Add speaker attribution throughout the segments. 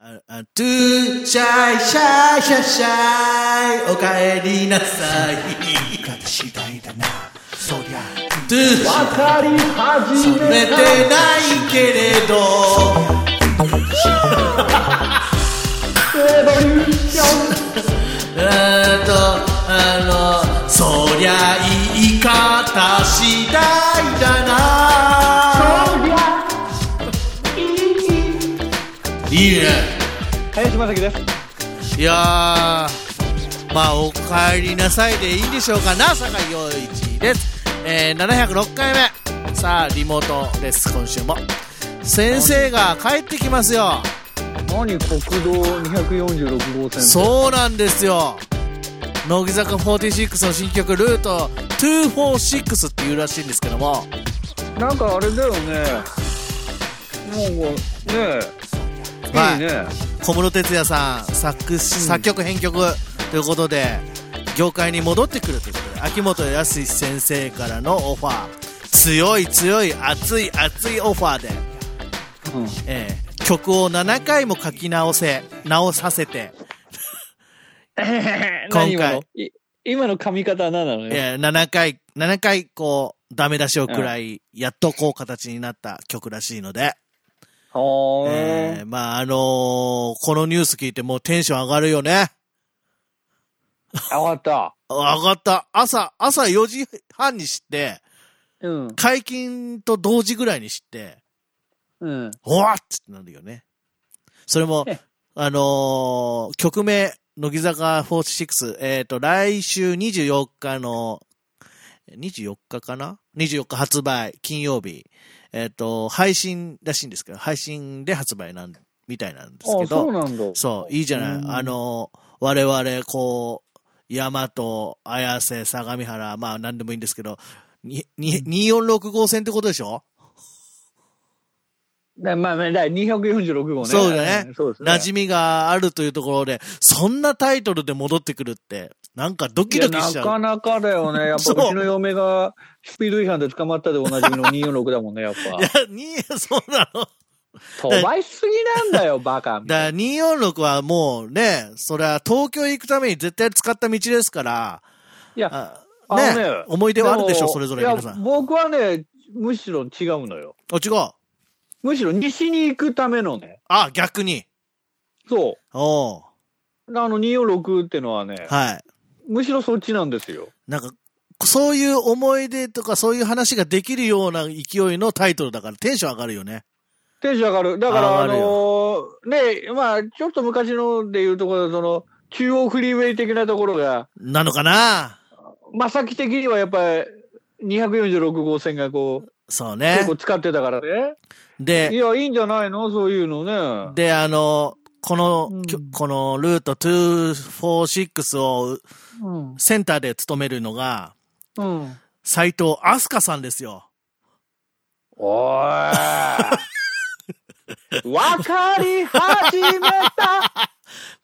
Speaker 1: あトゥーシャイシャイシャイシャイおかえりなさい
Speaker 2: が次第だなそりゃ
Speaker 1: トゥーシャ
Speaker 2: かり始
Speaker 1: イ寝てないけれど
Speaker 2: エボリューショ
Speaker 1: えーっとあのそりゃ言い方次第だ
Speaker 2: ン
Speaker 1: ないいね
Speaker 2: 林正樹です
Speaker 1: いやーまあお帰りなさいでいいでしょうかな坂井陽一です、えー、706回目さあリモートです今週も先生が帰ってきますよ
Speaker 2: 何国道246号線
Speaker 1: そうなんですよ乃木坂46の新曲「ルート246」っていうらしいんですけども
Speaker 2: うなんかあれだよねもうねえ、
Speaker 1: はい
Speaker 2: いいね
Speaker 1: 小室哲哉さん作詞作曲編曲ということで業界に戻ってくるということで秋元康先生からのオファー強い強い熱い熱いオファーで、
Speaker 2: うん
Speaker 1: えー曲を7回も書き直せ直させて、今
Speaker 3: 何
Speaker 1: 回
Speaker 3: 今のい今の髪型は何なのよ。
Speaker 1: えー7回7回こうダメ出しを食らい、やっとこう形になった曲らしいので、
Speaker 3: は
Speaker 1: えーまああのーこのニュース聞いてもうテンション上がるよね
Speaker 3: あ、わかっ
Speaker 1: 上がった朝朝4時半に知って
Speaker 3: た。うん。
Speaker 1: 解禁と同時ぐらいに知って、
Speaker 3: うん。
Speaker 1: おわっつってなるよね。それも
Speaker 3: え、
Speaker 1: あのー曲名、乃木坂46、えっ、と、来週24日の、24日かな ?24 日発売、金曜日。えっ、と、配信らしいんですけど、配信で発売なん、みたいなんですけ
Speaker 3: あ、そう
Speaker 1: ど、
Speaker 3: なんだ。
Speaker 1: そう、いいじゃない。
Speaker 3: うん
Speaker 1: あのー我々、こう、大和、綾瀬、相模原、まあ、なんでもいいんですけど、にに246号線ってことでしょ
Speaker 3: だまあまあ、だ246号ね。
Speaker 1: そうだね
Speaker 3: んそうですね。
Speaker 1: 馴染みがあるというところで、そんなタイトルで戻ってくるって、なんかドキドキし
Speaker 3: い
Speaker 1: ち
Speaker 3: や
Speaker 1: ゃ
Speaker 3: な
Speaker 1: う。
Speaker 3: かなかだよね。やっぱ
Speaker 1: そう
Speaker 3: うちの嫁がスピード違反で捕まったでおなじみの246だもんね、やっぱ
Speaker 1: い。や、に、そうなの。だか
Speaker 3: 飛ばしすぎなんだよ、バカ。
Speaker 1: ら246はもうね、それは東京行くために絶対使った道ですから、
Speaker 3: いや
Speaker 1: あ
Speaker 3: あの
Speaker 1: ね
Speaker 3: ね
Speaker 1: 思い出はあるでしょ、
Speaker 3: も
Speaker 1: それぞれ
Speaker 3: いや
Speaker 1: 皆さん。あ、
Speaker 3: 僕はね、むしろ違うのよ。
Speaker 1: 違う。
Speaker 3: むしろ西に行くためのね。
Speaker 1: あ、逆に。
Speaker 3: そ
Speaker 1: おう
Speaker 3: う。あの246ってのはね、
Speaker 1: はい。
Speaker 3: むしろそっちなんですよ。
Speaker 1: なんか、そういう思い出とかそういう話ができるような勢いのタイトルだからテンション上がるよね。
Speaker 3: テンション上がる。だから、
Speaker 1: 上
Speaker 3: あ
Speaker 1: がる
Speaker 3: のーね、まあ、ちょっと昔のでいうところ、その、中央フリーウェイ的なところが、
Speaker 1: なのかな
Speaker 3: まさき的にはやっぱり、246号線がこう、
Speaker 1: そう
Speaker 3: 結
Speaker 1: ね
Speaker 3: 構。使ってたからね。
Speaker 1: で
Speaker 3: い、や、いいんじゃないのそういうのね。
Speaker 1: で、あの、この、
Speaker 3: うん
Speaker 1: きょこのルート246を
Speaker 3: うん。
Speaker 1: センターで務めるのが、
Speaker 3: うん。
Speaker 1: 斎藤飛鳥さんですよ。
Speaker 3: おーいわかり始めた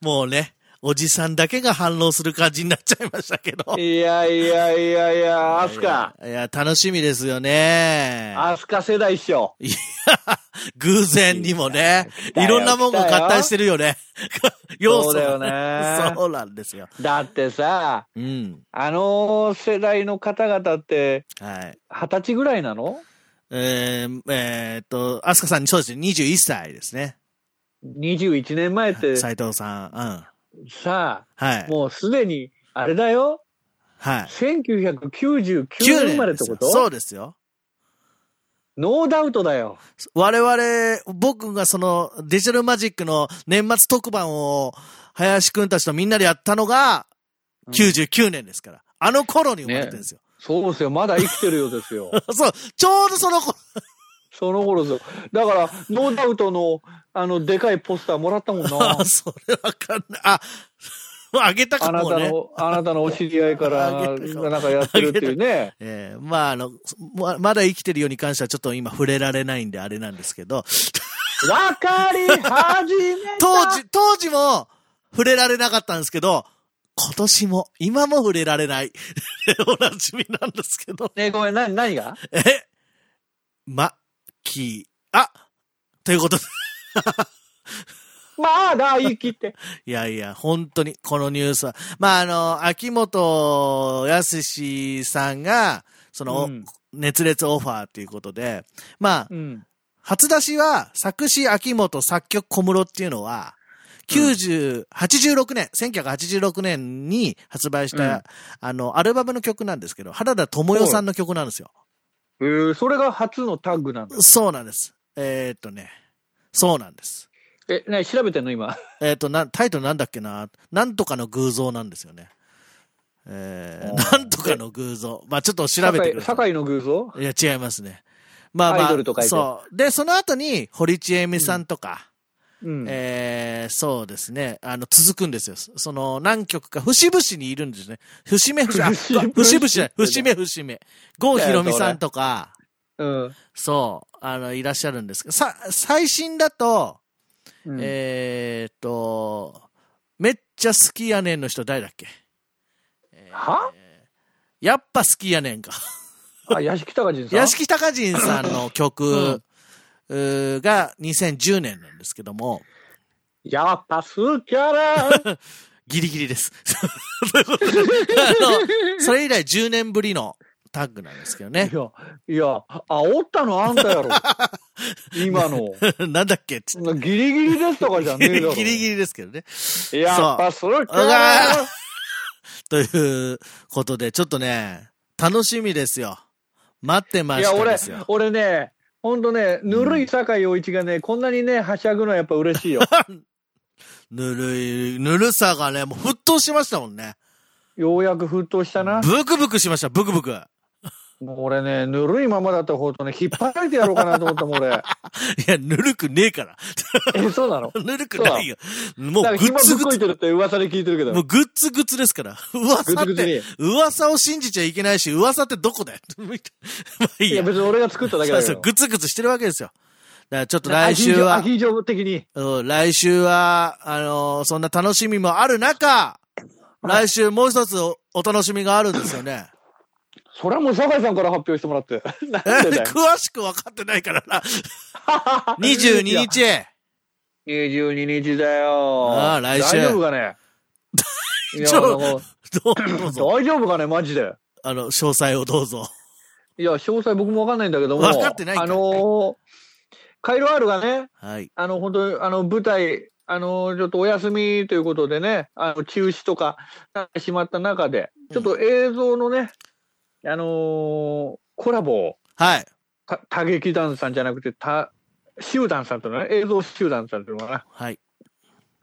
Speaker 1: もうね、おじさんだけが反応する感じになっちゃいましたけど。
Speaker 3: いやいやいやいや、アスカ。
Speaker 1: いや、いや楽しみですよね。
Speaker 3: アスカ世代っしょ。
Speaker 1: いや、偶然にもね、
Speaker 3: 来た
Speaker 1: い
Speaker 3: よ
Speaker 1: ろんなもんが合体してるよね。要
Speaker 3: そう
Speaker 1: 素
Speaker 3: だよ
Speaker 1: が
Speaker 3: ね。
Speaker 1: そうなんですよ。
Speaker 3: だってさ、
Speaker 1: うん。
Speaker 3: あの世代の方々って、
Speaker 1: はい。
Speaker 3: 二十歳ぐらいなの
Speaker 1: えー、えーっと、飛鳥さん、そうですね、21歳ですね。
Speaker 3: ?21 年前って
Speaker 1: 斎藤さん。うん。
Speaker 3: さ、
Speaker 1: はい。
Speaker 3: もうすでに、あれだよ、
Speaker 1: はい。9
Speaker 3: 1999年生まれってこ
Speaker 1: ですよそう
Speaker 3: と
Speaker 1: ですよ。
Speaker 3: ノーダウトだよ。
Speaker 1: 我々、僕がそのデジタルマジックの年末特番を林くんたちとみんなでやったのが
Speaker 3: うん
Speaker 1: 99年ですから。あの頃に生まれてるんですよ。
Speaker 3: そうですよ、まだ生きてるようですよ。
Speaker 1: そう、ちょうどその頃。
Speaker 3: その頃ですよ。だから、ノーダウトの、あの、でかいポスターもらったもんな
Speaker 1: あ、。それわかんない。あ、 あげた
Speaker 3: あ
Speaker 1: か
Speaker 3: な
Speaker 1: も
Speaker 3: た
Speaker 1: ね。
Speaker 3: の、あなたのお知り合いから、
Speaker 1: あげたかも
Speaker 3: なんかやってるっていうね。
Speaker 1: えーまあ、あの、ままだ生きてるように関してはちょっと今触れられないんであれなんですけど、
Speaker 3: わかり始めた
Speaker 1: 当時、当時も触れられなかったんですけど、今年も、今も触れられない。 おなじみなんですけど。
Speaker 3: ねごめん、な、何が
Speaker 1: えま、き、あということで。
Speaker 3: まだ生きて。
Speaker 1: いやいや、本当に、このニュースは。まあ、あの、秋元康さんが、その、
Speaker 2: うん
Speaker 1: 熱烈オファーということで、まあ、
Speaker 2: うん。
Speaker 1: 初出しは、作詞秋元、作曲小室っていうのは、90、86年、1986年に発売した、
Speaker 2: うん
Speaker 1: あの、アルバムの曲なんですけど、原田智代さんの曲なんですよ。
Speaker 3: えー、それが初のタッグなんだ。
Speaker 1: そうなんです。えーっとね、そうなんです。
Speaker 3: え、なに調べてんの今。
Speaker 1: えっ、と、な、タイトルなんだっけななんとかの偶像なんですよね。えー、
Speaker 2: おー
Speaker 1: なんとかの偶像。まあちょっと調べてくださ
Speaker 3: 堺堺の偶像
Speaker 1: い。いや、違いますね。まあまあ、
Speaker 3: アイドルと書いて
Speaker 1: そう。で、その後に、堀ちえみさんとか、
Speaker 3: うん。
Speaker 1: えー、そうですね、あの、続くんですよ。その、何曲か、節々にいるんですね。節目、節目、あ
Speaker 3: 節々
Speaker 1: 節々じゃない節目、節目。郷ひろみさんとか、
Speaker 3: うん。
Speaker 1: そう、あの、いらっしゃるんですけど、さ、最新だと、
Speaker 3: うん
Speaker 1: えーっと、めっちゃ好きやねんの人誰だっけ
Speaker 3: は
Speaker 1: やっぱ好きやねんか。
Speaker 3: あ、屋敷隆人さん。
Speaker 1: 屋敷隆人さんの曲うーが2010年なんですけども、
Speaker 3: やっぱ好きや な。
Speaker 1: ギリギリです。 ということで あのそれ以来10年ぶりのタッグなんですけどね
Speaker 3: い。や、いや、煽ったのあん たやろ。今の。
Speaker 1: なんだっけつ
Speaker 3: ギリギリですとかじゃね
Speaker 1: ギ
Speaker 3: えだ
Speaker 1: リ
Speaker 3: ろ。
Speaker 1: ギリギリですけどね。
Speaker 3: やっぱそれか
Speaker 1: うわ
Speaker 3: ら。
Speaker 1: ということで、ちょっとね、楽しみですよ。待ってま
Speaker 3: い
Speaker 1: し
Speaker 3: や、
Speaker 1: た
Speaker 3: 俺
Speaker 1: ですよ、。
Speaker 3: 俺ね、ほんとね、ぬるい酒井陽一がね、こんなにね、はしゃぐのはやっぱ嬉し いよ。
Speaker 1: ぬるい、ぬるさがね、もう沸騰しましたもんね。
Speaker 3: ようやく沸騰したな。
Speaker 1: ブクブクしました、ブクブク。い
Speaker 3: もう俺ね、ぬるいままだった方とね、引っ張られてやろうかなと思ったもん俺。
Speaker 1: や、ぬるくねえから。
Speaker 3: え、そうなの
Speaker 1: ぬるくないよ。もう
Speaker 3: なんか
Speaker 1: グ
Speaker 3: 暇
Speaker 1: ツ
Speaker 3: ぶっ
Speaker 1: グ
Speaker 3: こいて
Speaker 1: ツ。
Speaker 3: るって噂で聞いてるけど。
Speaker 1: もうグッツグツですから。
Speaker 3: ぐ
Speaker 1: 噂
Speaker 3: つ
Speaker 1: っ
Speaker 3: ぐつ
Speaker 1: て、
Speaker 3: に。
Speaker 1: 噂を信じちゃいけないし、噂ってどこだよ。 まあいい
Speaker 3: いや、
Speaker 1: や。
Speaker 3: 別に俺が作っただけ
Speaker 1: そう
Speaker 3: だけ
Speaker 1: そう、
Speaker 3: ど。
Speaker 1: グツグツしてるわけですよ。だからちょっと来週
Speaker 3: ア
Speaker 1: は
Speaker 3: ヒ、ージョアヒージョ的に。
Speaker 1: うん来週は、あのーそんな楽しみもある中、来週もう一つおお楽しみがあるんですよね。
Speaker 3: それはもう酒井さんから発表してもらって。 なんでだ よ。
Speaker 1: 詳しく分かってないから な。22日、
Speaker 3: 22日だよ。
Speaker 1: ああ来週
Speaker 3: 大丈夫 かねいや
Speaker 1: ちょ
Speaker 3: もう
Speaker 1: どうどうぞ。
Speaker 3: 大丈夫かねマジで。
Speaker 1: あの、詳細をどうぞ。
Speaker 3: いや、詳細僕もわかんないんだけども。
Speaker 1: わかってないんかい
Speaker 3: あのーカイロアールがね、
Speaker 1: はい。
Speaker 3: あの、本当にあの、舞台、あの、ちょっとお休みということでね、あの、中止とか、なってしまった中で、ちょっと映像のね、あのーコラボを、
Speaker 1: はい。
Speaker 3: た多劇団さんじゃなくて、た、集団さんとのね、映像集団さんというのかな、
Speaker 1: はい。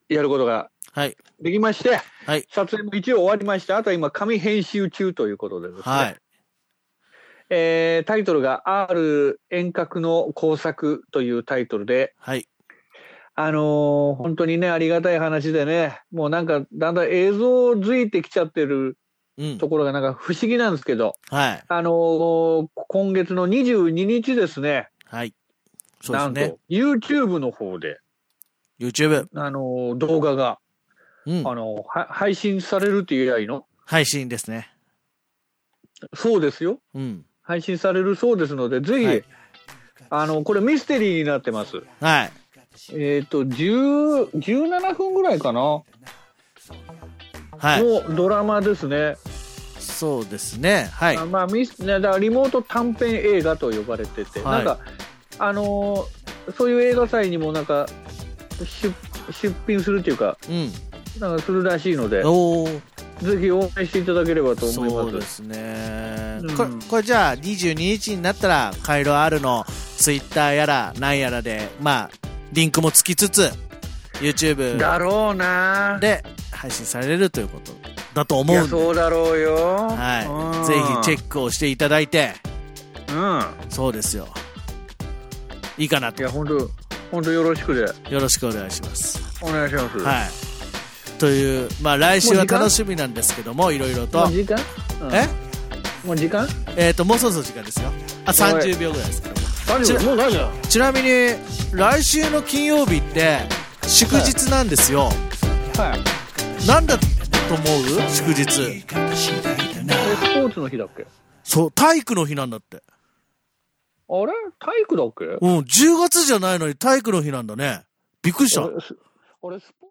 Speaker 3: やることが
Speaker 1: はい。
Speaker 3: できまして、
Speaker 1: はい
Speaker 3: 撮影も一応終わりまして、あとは今、紙編集中ということでですね、
Speaker 1: はい。
Speaker 3: えータイトルが R 遠隔の工作というタイトルで、
Speaker 1: はい。
Speaker 3: あのー本当にね、ありがたい話でね、もうなんかだんだん映像づいてきちゃってる
Speaker 1: うん。
Speaker 3: ところがなんか不思議なんですけど、
Speaker 1: はい。
Speaker 3: あのー今月の22日ですね、
Speaker 1: はい。そうで
Speaker 3: な
Speaker 1: す
Speaker 3: ん
Speaker 1: ね
Speaker 3: と。YouTube の方で、
Speaker 1: YouTube。
Speaker 3: あのー動画が、
Speaker 1: うん。
Speaker 3: あのーは配信されるって言えばいいの
Speaker 1: 配信ですね。
Speaker 3: そうですよ。
Speaker 1: うん。
Speaker 3: 配信されるそうですので、ぜひ、
Speaker 1: はい
Speaker 3: あの、これミステリーになってます。
Speaker 1: はい。
Speaker 3: えっ、と、10 17分ぐらいかな、
Speaker 1: はい。
Speaker 3: のドラマですね。
Speaker 1: そうですね。はい
Speaker 3: あ。まあ、ミス、ね、だからリモート短編映画と呼ばれてて、
Speaker 1: はい
Speaker 3: なんか、あのーそういう映画祭にもなんか、出出品するっていうか、
Speaker 1: うん。
Speaker 3: なんかするらしいので、
Speaker 1: おー。
Speaker 3: ぜひ応援していただければと思います。
Speaker 1: そうですね。
Speaker 3: うん
Speaker 1: これ、これじゃあ22日になったら、カイロ R の Twitter やらなんやらで、まあ、リンクもつきつつ、YouTube
Speaker 3: だろうなぁ
Speaker 1: で配信されるということだと思
Speaker 3: いうや、
Speaker 1: んで。
Speaker 3: そうだろうよ。
Speaker 1: はい。ぜひチェッ
Speaker 3: ッ
Speaker 1: クをしていただいて、
Speaker 3: ク。うん。
Speaker 1: そうですよ。いいかなと。
Speaker 3: い
Speaker 1: よ
Speaker 3: や、本当本当よろしくで、
Speaker 1: ろしくお願いします。
Speaker 3: お願いします。
Speaker 1: はい。という、まあ来週
Speaker 3: も
Speaker 1: は
Speaker 3: う時間
Speaker 1: 楽しみなんですけども、いろいろ
Speaker 3: も
Speaker 1: と
Speaker 3: う。時間、うん
Speaker 1: え
Speaker 3: もう時間
Speaker 1: えっ、と、もうそろそろ時間ですよ。あ、30秒ぐらいですけども。
Speaker 3: 大丈夫もう大丈夫
Speaker 1: ちなみに、来週の金曜日って、祝日なんですよ。
Speaker 3: はい。
Speaker 1: なんだと思う祝日。
Speaker 3: えスポーツの日だっけ
Speaker 1: そう、体育の日なんだって。
Speaker 3: あれ体育だっけ
Speaker 1: うん、10月じゃないのに体育の日なんだね。びっくりした。
Speaker 3: 俺す俺、スポー